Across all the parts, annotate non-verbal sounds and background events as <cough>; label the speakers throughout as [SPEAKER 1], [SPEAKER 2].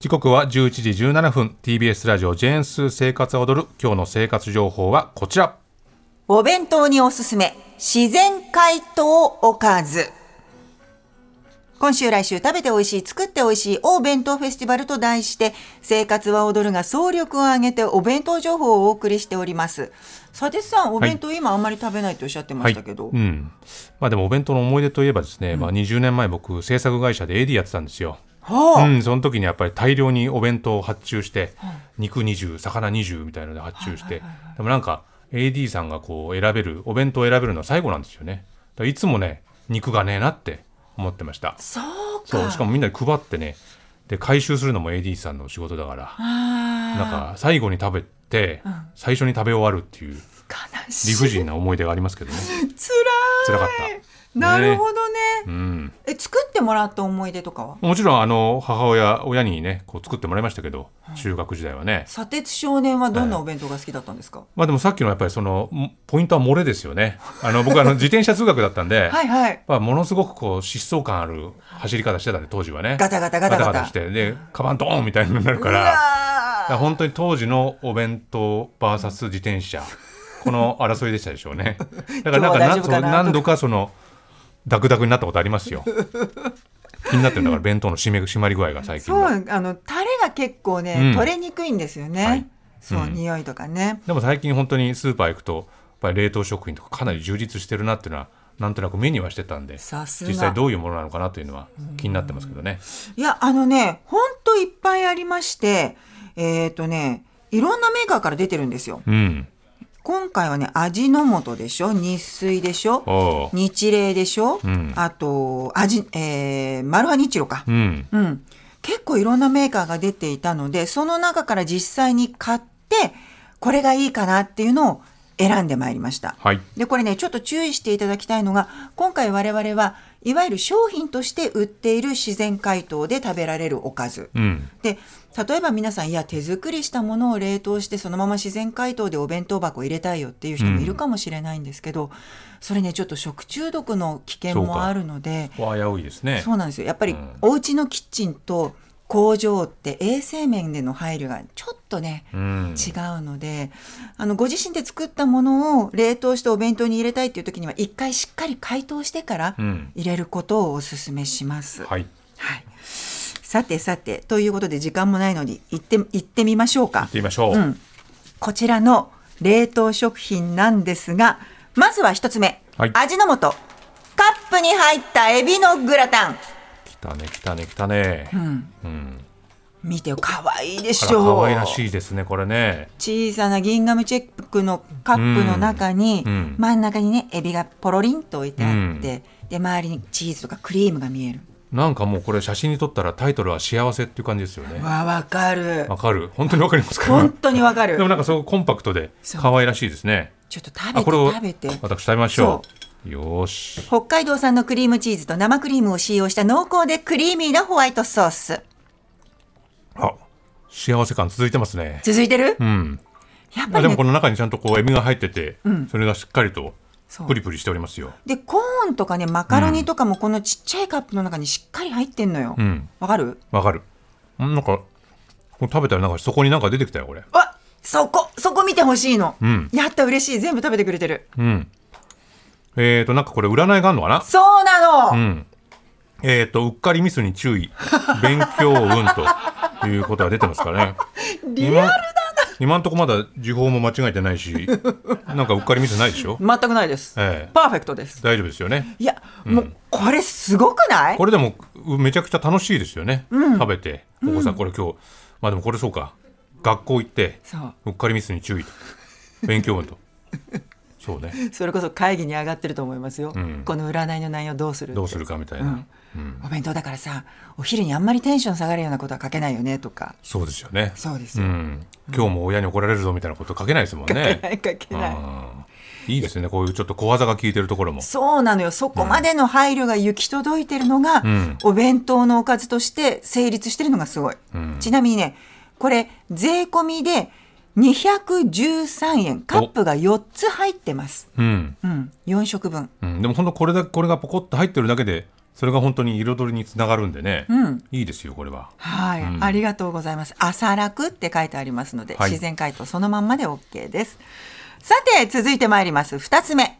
[SPEAKER 1] 時刻は11時17分 TBS ラジオジェーンスー生活を踊る今日の生活情報はこちら
[SPEAKER 2] お弁当におすすめ、自然解凍おかず。今週来週食べて美味しい、作って美味しい、お弁当フェスティバルと題して、生活は踊るが総力を挙げてお弁当情報をお送りしております。佐哲さん、お弁当今あんまり食べないとおっしゃってましたけど。
[SPEAKER 1] はいはい、うん。まあでもお弁当の思い出といえばですね、うん、まあ20年前僕、制作会社で AD やってたんですよ。
[SPEAKER 2] はあ、
[SPEAKER 1] うん、その時にやっぱり大量にお弁当を発注して、はい、肉20、魚20みたいので発注して、でもなんか、AD さんがこう選べるお弁当を選べるのは最後なんですよねいつもね肉がねえなって思ってました
[SPEAKER 2] そうか
[SPEAKER 1] しかもみんなで配ってねで回収するのも AD さんの仕事だからなんか最後に食べて、うん、最初に食べ終わるっていう理不尽な思い出がありますけどね
[SPEAKER 2] <laughs> つ
[SPEAKER 1] ら、
[SPEAKER 2] かった、なるほどね、ね、うんえ作ってもらった思い出とかは
[SPEAKER 1] もちろんあの母親親にねこう作ってもらいましたけど、うん、中学時代はね
[SPEAKER 2] 砂鉄少年はどんなお弁当が好きだったんですか、はい、
[SPEAKER 1] まあでもさっきのやっぱりそのポイントは漏れですよねあの僕あの自転車通学だったんで
[SPEAKER 2] はい、はい、
[SPEAKER 1] まあ、ものすごくこう疾走感ある走り方してたんで当時はね
[SPEAKER 2] ガタガタガタガタ
[SPEAKER 1] ガタしてでカバンドーンみたいになるから本当に当時のお弁当 VS 自転車この争いでしたでしょう
[SPEAKER 2] <laughs>
[SPEAKER 1] ねだからなんか何度かそのダクダクになったことありますよ。気になってるんだから弁当の締め締まり具合が最近
[SPEAKER 2] そうあのタレが結構ね、うん、取れにくいんですよね。はい、そう、うん、匂いとかね。
[SPEAKER 1] でも最近本当にスーパー行くとやっぱり冷凍食品とかかなり充実してるなっていうのは。なんとなく目にはしてたんで実際どういうものなのかなというのは気になってますけどね。
[SPEAKER 2] いやあのねほんといっぱいありましてえっ、ー、とねいろんなメーカーから出てるんですよ。
[SPEAKER 1] うん、
[SPEAKER 2] 今回はね味の素でしょ日水でしょ日霊でしょ、うん、あと味、えー、マルハニチロか、
[SPEAKER 1] うん、
[SPEAKER 2] うん、結構いろんなメーカーが出ていたのでその中から実際に買ってこれがいいかなっていうのを選んでまいりました、
[SPEAKER 1] はい、
[SPEAKER 2] でこれねちょっと注意していただきたいのが今回我々はいわゆる商品として売っている自然解凍で食べられるおかず、
[SPEAKER 1] うん、
[SPEAKER 2] で例えば皆さんいや手作りしたものを冷凍してそのまま自然解凍でお弁当箱入れたいよっていう人もいるかもしれないんですけど、うん、それねちょっと食中毒の危険もあるので
[SPEAKER 1] 危ういですね
[SPEAKER 2] そうなんですよやっぱりお家のキッチンと工場って衛生面での配慮がちょっとね、うん、違うのであのご自身で作ったものを冷凍してお弁当に入れたいっていう時には一回しっかり解凍してから入れることをお勧めします。うん、
[SPEAKER 1] はい、
[SPEAKER 2] はいさてさてということで時間もないのに行って行ってみましょうか。
[SPEAKER 1] 行ってみましょう、
[SPEAKER 2] うん、こちらの冷凍食品なんですがまずは1つ目、
[SPEAKER 1] はい、
[SPEAKER 2] 味の素カップに入ったエビのグラタン。
[SPEAKER 1] きたねきたねきたね。
[SPEAKER 2] うん、
[SPEAKER 1] うん
[SPEAKER 2] 見て可愛いでしょ
[SPEAKER 1] 可愛らしいですねこれね
[SPEAKER 2] 小さなギンガムチェックのカップの中に、うん、真ん中にねエビがポロリンと置いてあって、で周りにチーズとかクリームが見える
[SPEAKER 1] なんかもうこれ写真に撮ったらタイトルは幸せっていう感じですよね。
[SPEAKER 2] わわかる。
[SPEAKER 1] わかる。本当にわかりますか。
[SPEAKER 2] 本当にわかる。
[SPEAKER 1] でもなんかそうコンパクトで可愛らしいですね。
[SPEAKER 2] ちょっと食べてこれを食べて。
[SPEAKER 1] 私食べましょう。よし。
[SPEAKER 2] 北海道産のクリームチーズと生クリームを使用した濃厚でクリーミーなホワイトソース。
[SPEAKER 1] あ、幸せ感続いてますね。
[SPEAKER 2] 続いてる？
[SPEAKER 1] うん。
[SPEAKER 2] やっぱり、ね、
[SPEAKER 1] でもこの中にちゃんとこうエビが入ってて、
[SPEAKER 2] うん、
[SPEAKER 1] それがしっかりと。プリプリしておりますよ
[SPEAKER 2] でコーンとかねマカロニとかもこのちっちゃいカップの中にしっかり入ってんのよわ、
[SPEAKER 1] うん、
[SPEAKER 2] かる
[SPEAKER 1] わかるなんか食べたらなんかそこになんか出てきたよこれ
[SPEAKER 2] あそこそこ見てほしいの、
[SPEAKER 1] うん、
[SPEAKER 2] やった嬉しい全部食べてくれてる
[SPEAKER 1] うんえっ、ー、となんかこれ占いがあるのかな
[SPEAKER 2] そうな
[SPEAKER 1] の、うん、えっ、ー、とうっかりミスに注
[SPEAKER 2] <laughs>
[SPEAKER 1] 意勉強運ということが出てますからね
[SPEAKER 2] リアルだ
[SPEAKER 1] 今んとこまだ時報も間違えてないし、なんかうっかりミスないでしょ。
[SPEAKER 2] 全くないです、
[SPEAKER 1] ええ。
[SPEAKER 2] パーフェクトです。
[SPEAKER 1] 大丈夫ですよね。
[SPEAKER 2] いや、うん、もうこれすごくない？
[SPEAKER 1] これでもめちゃくちゃ楽しいですよね。
[SPEAKER 2] うん、
[SPEAKER 1] 食べてお子さん、これ今日、まあでもこれそうか。学校行ってうっかりミスに注意と勉強文と。そうね。
[SPEAKER 2] それこそ会議に上がってると思いますよ。
[SPEAKER 1] うん、
[SPEAKER 2] この占いの内容どうする？
[SPEAKER 1] どうするかみたいな。うん、
[SPEAKER 2] お弁当だからさお昼にあんまりテンション下がるようなことは書けないよねとか
[SPEAKER 1] そうですよね
[SPEAKER 2] そうですよ、
[SPEAKER 1] うん、今日も親に怒られるぞみたいなこと書けないですもんね
[SPEAKER 2] 書けない
[SPEAKER 1] いいですねこういうちょっと小技が効いてるところも
[SPEAKER 2] そうなのよそこまでの配慮が行き届いてるのが、
[SPEAKER 1] うん、
[SPEAKER 2] お弁当のおかずとして成立してるのがすごい、ちなみにねこれ税込みで213円カップが4つ入ってます、
[SPEAKER 1] うん
[SPEAKER 2] うん、4食分、
[SPEAKER 1] でもほんとこれだこれがポコッと入ってるだけでそれが本当に彩りにつながるんでね、
[SPEAKER 2] うん
[SPEAKER 1] いいですよこれは
[SPEAKER 2] はい、
[SPEAKER 1] うん
[SPEAKER 2] ありがとうございます。朝楽って書いてありますので、
[SPEAKER 1] はい
[SPEAKER 2] 自然解凍そのまんまで OK です。さて、続いてまいります。二つ目。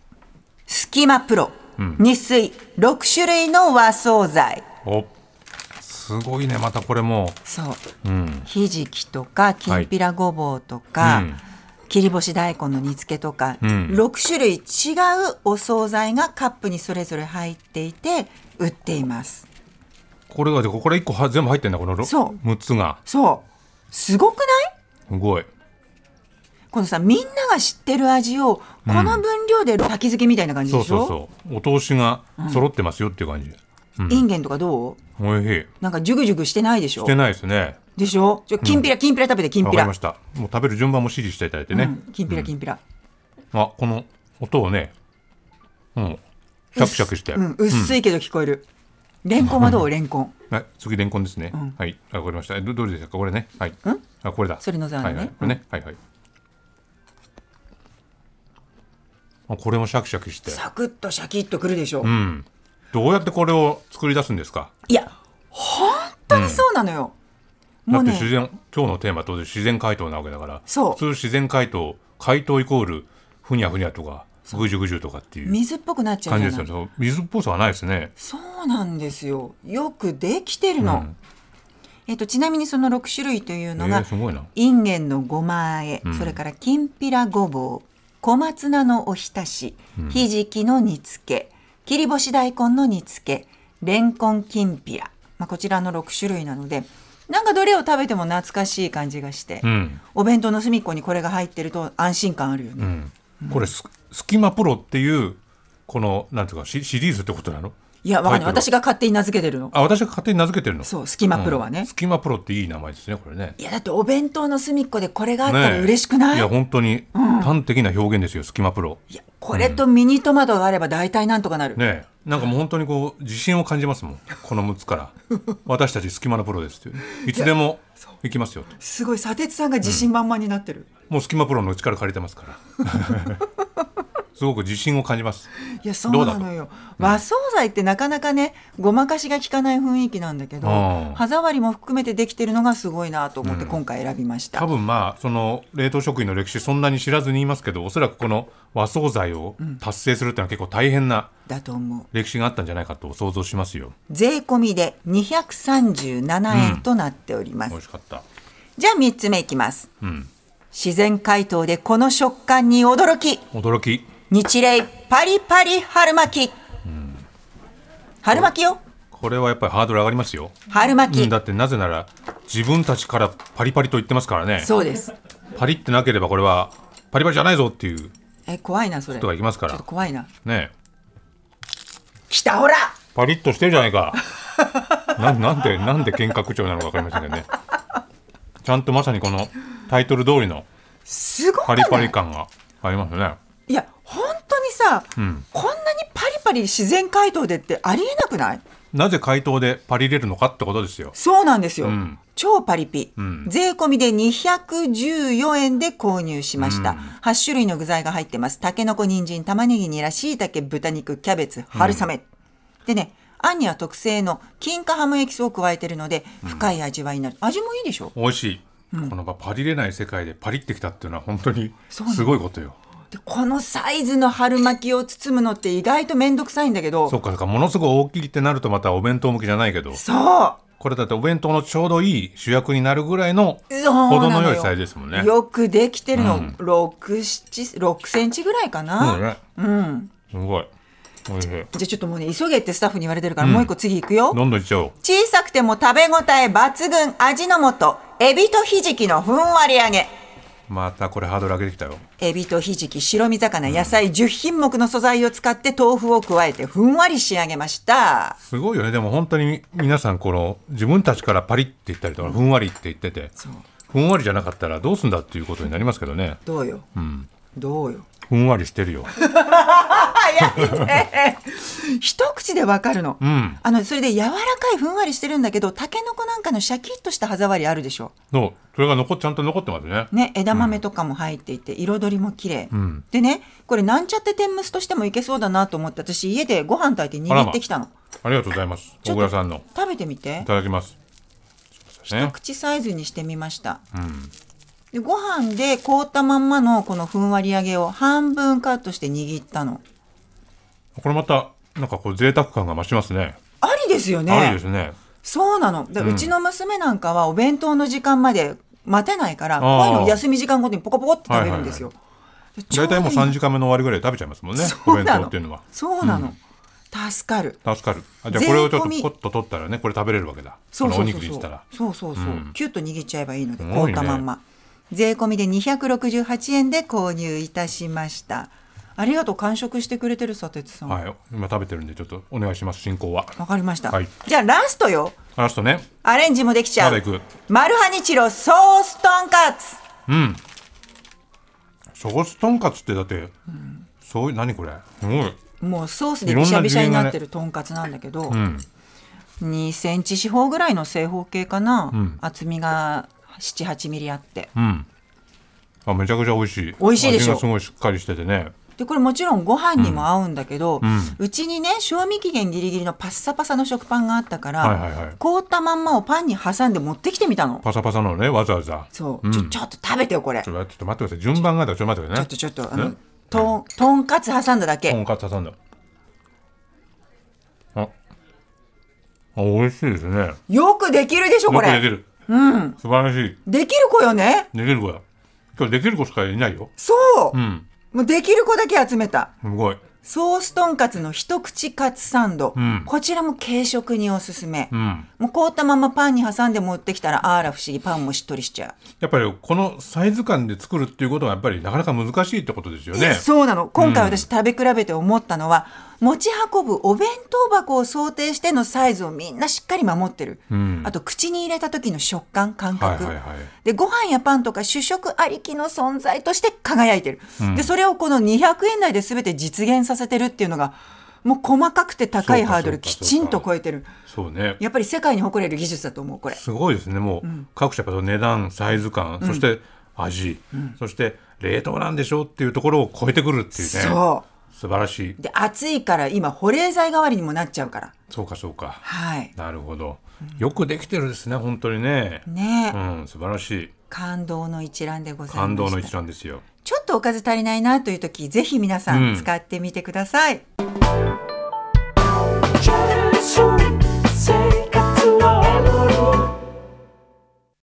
[SPEAKER 2] スキマプロ。日水六種類の和惣菜。
[SPEAKER 1] おすごいねまたこれも
[SPEAKER 2] そう。
[SPEAKER 1] うん
[SPEAKER 2] ひじきとか、きんぴらごぼうとか、
[SPEAKER 1] はいうん
[SPEAKER 2] 切り干し大根の煮付けとか、
[SPEAKER 1] うん
[SPEAKER 2] 6種類違うお惣菜がカップにそれぞれ入っていて売っています
[SPEAKER 1] これがでこれ一個は全部入ってんだこのろ
[SPEAKER 2] そう
[SPEAKER 1] 6つが
[SPEAKER 2] そうすごくない
[SPEAKER 1] すごい
[SPEAKER 2] このさみんなが知ってる味をこの分量で先漬けみたいな感じ
[SPEAKER 1] そ
[SPEAKER 2] で
[SPEAKER 1] う
[SPEAKER 2] し
[SPEAKER 1] そ
[SPEAKER 2] ょ、
[SPEAKER 1] うそうお通しが揃ってますよっていう感じ、
[SPEAKER 2] インゲンとかどう
[SPEAKER 1] おいしい
[SPEAKER 2] なんかジュグジュグしてないでしょ
[SPEAKER 1] してないですね
[SPEAKER 2] でしょちょきんぴらきんぴら食べてきん
[SPEAKER 1] わ
[SPEAKER 2] ぴ、
[SPEAKER 1] からりましたもう食べる順番も指示していただいてね、
[SPEAKER 2] うんきんぴらきんぴら、
[SPEAKER 1] あこの音をねうんシャクシャクして、
[SPEAKER 2] うん、薄いけど聞こえる、レンコンはどうレンコン
[SPEAKER 1] はい、次レンコンですね。はい、わかりました。えどどれでしたか、これね。はい。あ、これだ。
[SPEAKER 2] それのざわね
[SPEAKER 1] はいはい、これね、はいはい。あ、これもシャキシャキして。
[SPEAKER 2] サクッとシャキッとくるでしょ、
[SPEAKER 1] うん。どうやってこれを作り出すんですか。
[SPEAKER 2] いや本当にそうなのよ、
[SPEAKER 1] だ
[SPEAKER 2] もう
[SPEAKER 1] って
[SPEAKER 2] ね
[SPEAKER 1] 自然、今日のテーマ当然自然解凍なわけだから。
[SPEAKER 2] そう
[SPEAKER 1] 普通自然解凍、解凍イコールふにゃふにゃとか、ぐじゅぐじゅとかっていう
[SPEAKER 2] 水っぽくなっちゃう
[SPEAKER 1] 感
[SPEAKER 2] じ
[SPEAKER 1] じ
[SPEAKER 2] ゃ
[SPEAKER 1] です
[SPEAKER 2] ない
[SPEAKER 1] よね。そう水っぽさはないですね。
[SPEAKER 2] そうなんですよよくできてるの、えっと、ちなみにその6種類という
[SPEAKER 1] え
[SPEAKER 2] のが、
[SPEAKER 1] ー、すごいな。
[SPEAKER 2] インゲンのごまあえ、それからきんぴらごぼう小松菜のおひたし、ひじきの煮つけ切り干し大根の煮つけれんこんきんぴら、まあ、こちらの6種類なのでなんかどれを食べても懐かしい感じがして、
[SPEAKER 1] うん。
[SPEAKER 2] お弁当の隅っこにこれが入ってると安心感あるよね、
[SPEAKER 1] これす「スキマプロ」っていうこのなんていうかシシリーズってことなの
[SPEAKER 2] いやわかんない
[SPEAKER 1] タイトル
[SPEAKER 2] 私が勝手に名付けてるの
[SPEAKER 1] あ私が勝手に名付けてるの
[SPEAKER 2] そうスキマプロはね
[SPEAKER 1] うんスキマプロっていい名前ですねこれね
[SPEAKER 2] いやだってお弁当の隅っこでこれがあった
[SPEAKER 1] ね
[SPEAKER 2] ら嬉しくない,、
[SPEAKER 1] いや本当に端的な表現ですよ、スキマプロ
[SPEAKER 2] いやこれとミニトマトがあれば大体なんとかなる、
[SPEAKER 1] ねえなんかもう本当にこう自信を感じますもんこの6つから
[SPEAKER 2] <laughs>
[SPEAKER 1] 私たちスキマのプロですっていういつでも行きますよと
[SPEAKER 2] すごい砂鉄さんが自信満々になってる、
[SPEAKER 1] もうスキマプロの力借りてますから
[SPEAKER 2] <laughs>
[SPEAKER 1] <laughs> すごく自信を感じます
[SPEAKER 2] いやそうな
[SPEAKER 1] どうだ
[SPEAKER 2] のよ和惣菜ってなかなかねごまかしが効かない雰囲気なんだけど
[SPEAKER 1] うん
[SPEAKER 2] 歯触りも含めてできてるのがすごいなと思って今回選びました、
[SPEAKER 1] 多分まあその冷凍食品の歴史そんなに知らずに言いますけどおそらくこの和惣菜を達成するってのは結構大変な
[SPEAKER 2] だと思う
[SPEAKER 1] 歴史があったんじゃないかと想像しますよ
[SPEAKER 2] 税込みで237円となっております、
[SPEAKER 1] 美味しかった
[SPEAKER 2] じゃあ3つ目いきます
[SPEAKER 1] うん
[SPEAKER 2] 自然解凍でこの食感に驚き
[SPEAKER 1] 驚き
[SPEAKER 2] 日霊パリパリ春巻き、春巻きよ
[SPEAKER 1] これはやっぱりハードル上がりますよ、
[SPEAKER 2] 春巻
[SPEAKER 1] う
[SPEAKER 2] き、
[SPEAKER 1] ん、だってなぜなら自分たちからパリパリと言ってますからね
[SPEAKER 2] そうです
[SPEAKER 1] パリってなければこれはパリパリじゃないぞっていう
[SPEAKER 2] え怖いなそれち
[SPEAKER 1] 人
[SPEAKER 2] ょ
[SPEAKER 1] がいきますか
[SPEAKER 2] っと
[SPEAKER 1] ら
[SPEAKER 2] 怖いな
[SPEAKER 1] ねえ
[SPEAKER 2] 来たほら
[SPEAKER 1] パリッとしてるじゃないか <laughs> ななんでなんで喧嘩口調なのか分かりませんけどねちゃんとまさにこのタイトル通りの
[SPEAKER 2] すごくな
[SPEAKER 1] パ
[SPEAKER 2] い
[SPEAKER 1] リパリ感がありますね
[SPEAKER 2] いや本当にさ、
[SPEAKER 1] ん
[SPEAKER 2] こんなにパリパリ自然解凍でってありえなくない
[SPEAKER 1] なぜ解凍でパリれるのかってことですよ
[SPEAKER 2] そうなんですよ、
[SPEAKER 1] うん
[SPEAKER 2] 超パリピ、
[SPEAKER 1] ん
[SPEAKER 2] 税込みで214円で購入しました、8種類の具材が入ってますたけのこ人参玉ねぎにらしいたけ豚肉キャベツ春雨、でねあんには特製の金華ハムエキスを加えてるので深い味わいになる、味もいいでしょ
[SPEAKER 1] 美味しい、この場パリれない世界でパリってきたっていうのは本当に
[SPEAKER 2] そうなの
[SPEAKER 1] すごいことよ
[SPEAKER 2] でこのサイズの春巻きを包むのって意外と面倒くさいんだけど
[SPEAKER 1] そうかそうかものすごい大きいってなるとまたお弁当向きじゃないけど
[SPEAKER 2] そう
[SPEAKER 1] これだってお弁当のちょうどいい主役になるぐらいの
[SPEAKER 2] そうな
[SPEAKER 1] 程の
[SPEAKER 2] のよ
[SPEAKER 1] 良いサイズですもんね。
[SPEAKER 2] よくできてるの、
[SPEAKER 1] うん
[SPEAKER 2] 六七六センチぐらいか
[SPEAKER 1] そ
[SPEAKER 2] な、
[SPEAKER 1] うね
[SPEAKER 2] うん
[SPEAKER 1] すごい。美味しい。
[SPEAKER 2] じゃあちょっともうね急げってスタッフに言われてるから、もう一個次行くよ
[SPEAKER 1] どんどんいっちゃおう。
[SPEAKER 2] 小さくても食べ応え抜群味の素エビとひじきのふんわり揚げ
[SPEAKER 1] またこれハードル上げてきたよ。
[SPEAKER 2] エビとひじき白身魚野菜10品目の素材を使って豆腐を加えてふんわり仕上げました
[SPEAKER 1] すごいよね。でも本当に皆さんこの自分たちからパリって言ったりとかふんわりって言ってて、
[SPEAKER 2] そう
[SPEAKER 1] ふんわりじゃなかったらどうすんだっていうことになりますけどね。
[SPEAKER 2] どうよ、どうよ
[SPEAKER 1] ふんわりしてるよ。 <laughs>
[SPEAKER 2] 一口でわかるの、
[SPEAKER 1] ん
[SPEAKER 2] あのそれで柔らかいふんわりしてるんだけどタケノコなんかのシャキッとした歯触りあるでしょ
[SPEAKER 1] そう。それが残っちゃんと残ってますね。
[SPEAKER 2] ね、枝豆とかも入っていて、彩りも綺麗、でねこれなんちゃって天むすとしてもいけそうだなと思って私家でご飯炊いて握ってきたの
[SPEAKER 1] ありがとうございます小倉さんの
[SPEAKER 2] 食べてみて
[SPEAKER 1] いただきますね
[SPEAKER 2] 口サイズにしてみました
[SPEAKER 1] うん
[SPEAKER 2] でご飯で凍ったまんまのこのふんわり揚げを半分カットして握ったの
[SPEAKER 1] これまたなんかこう贅沢感が増しますね
[SPEAKER 2] ありですよね
[SPEAKER 1] ありですね
[SPEAKER 2] そうなのだからうちの娘なんかはお弁当の時間まで待てないから、
[SPEAKER 1] あー
[SPEAKER 2] こういうの休み時間ごとにポコポコって食べるんですよ、でちょう
[SPEAKER 1] 大
[SPEAKER 2] ど
[SPEAKER 1] 体
[SPEAKER 2] いい
[SPEAKER 1] もう3時間目の終わりぐらいで食べちゃいますもんね
[SPEAKER 2] <laughs> そ
[SPEAKER 1] お
[SPEAKER 2] う
[SPEAKER 1] 弁
[SPEAKER 2] な
[SPEAKER 1] 当
[SPEAKER 2] の
[SPEAKER 1] っていうのは
[SPEAKER 2] そうなの、助かる
[SPEAKER 1] 助かるあじゃ
[SPEAKER 2] 税込
[SPEAKER 1] あこ
[SPEAKER 2] み
[SPEAKER 1] れをちょっとポッと取ったらねこれ食べれるわけだ
[SPEAKER 2] そうそ
[SPEAKER 1] このお
[SPEAKER 2] うそう
[SPEAKER 1] 肉にしたら
[SPEAKER 2] そうそうそう、
[SPEAKER 1] うん
[SPEAKER 2] キュッと握っちゃえばいいのです
[SPEAKER 1] ごい
[SPEAKER 2] 凍っ
[SPEAKER 1] ね
[SPEAKER 2] たまんま、税込みで268円で購入いたしましたありがとう完食してくれてる佐哲さんわ、
[SPEAKER 1] はい今食べてるんでちょっとお願いします進行は
[SPEAKER 2] かりました、
[SPEAKER 1] はい
[SPEAKER 2] じゃあラストよ
[SPEAKER 1] あラストね
[SPEAKER 2] アレンジもできちゃ
[SPEAKER 1] まだ
[SPEAKER 2] う
[SPEAKER 1] いく
[SPEAKER 2] マルハニチロソースとんかつ
[SPEAKER 1] うんソースとんかつってだって、そういう何これすごい
[SPEAKER 2] もうソースでびしゃびしゃになってるとんかつなんだけど、
[SPEAKER 1] うん
[SPEAKER 2] 2センチ四方ぐらいの正方形かな、
[SPEAKER 1] ん
[SPEAKER 2] 厚みが78ミリあって
[SPEAKER 1] うんあめちゃくちゃ美味しい
[SPEAKER 2] 美味しいでし
[SPEAKER 1] 味
[SPEAKER 2] ょ
[SPEAKER 1] がすごいしっかりしててね
[SPEAKER 2] でこれもちろんご飯にも合うんだけど、うんちにね賞味期限ギリギリのパッサパサの食パンがあったから、
[SPEAKER 1] はいはいはい
[SPEAKER 2] 凍ったまんまをパンに挟んで持ってきてみたの
[SPEAKER 1] パサパサのねわざわざ
[SPEAKER 2] そう、
[SPEAKER 1] ん
[SPEAKER 2] ちょちょっと食べてよこれ
[SPEAKER 1] ち
[SPEAKER 2] ちょ
[SPEAKER 1] ょっとちょっと待ってください順番がだちょっと待ってくださ
[SPEAKER 2] っ
[SPEAKER 1] い
[SPEAKER 2] と
[SPEAKER 1] ね
[SPEAKER 2] ちょっとあの
[SPEAKER 1] ね
[SPEAKER 2] とんとんかつ挟んだだけ、
[SPEAKER 1] とんかつ挟んだああ美味しいですね
[SPEAKER 2] よくできるでしょこ
[SPEAKER 1] よくでき
[SPEAKER 2] れ
[SPEAKER 1] るうん素晴らしい
[SPEAKER 2] できる子よね
[SPEAKER 1] できる子だ今日できる子しかいないよ
[SPEAKER 2] そう、
[SPEAKER 1] うん
[SPEAKER 2] もうできる子だけ集めた
[SPEAKER 1] すごい
[SPEAKER 2] ソースとんかつの一口カツサンド、
[SPEAKER 1] ん
[SPEAKER 2] こちらも軽食におすすめ、
[SPEAKER 1] うん
[SPEAKER 2] もう凍ったままパンに挟んで持ってきたらあら不思議パンもしっとりしちゃ
[SPEAKER 1] やっぱりこのサイズ感で作るっていうことはやっぱりなかなか難しいってことですよ
[SPEAKER 2] う、
[SPEAKER 1] ね。
[SPEAKER 2] そうなの今回私食べ比べて思ったのは、持ち運ぶお弁当箱を想定してのサイズをみんなしっかり守ってる、
[SPEAKER 1] ん
[SPEAKER 2] あと口に入れた時の食感感
[SPEAKER 1] はい
[SPEAKER 2] 覚、
[SPEAKER 1] はいはい。
[SPEAKER 2] でご飯やパンとか主食ありきの存在として輝いてる、でそれをこの200円台で全て実現させてるっていうのがもう細かくて高いハードル
[SPEAKER 1] そうか
[SPEAKER 2] き
[SPEAKER 1] そうか
[SPEAKER 2] ちんと超えてる
[SPEAKER 1] そうね。
[SPEAKER 2] やっぱり世界に誇れる技術だと思うこれ
[SPEAKER 1] すごいですね。もう各社やっぱ値段、サイズ感、そして味、そして冷凍なんでしょうっていうところを超えてくるっていうね。
[SPEAKER 2] そ。
[SPEAKER 1] 素晴らしいう
[SPEAKER 2] で暑いから今保冷剤代わりにもなっちゃうから
[SPEAKER 1] そうかそうか。
[SPEAKER 2] はい
[SPEAKER 1] なるほど。よくできてるですね。本当にね。
[SPEAKER 2] ねえ、
[SPEAKER 1] うん、素晴らしい。
[SPEAKER 2] 感動の一覧でございました
[SPEAKER 1] 感動の一覧ですよ。
[SPEAKER 2] ちょっとおかず足りないなという時ぜひ皆さ
[SPEAKER 1] うんん
[SPEAKER 2] 使ってみてください、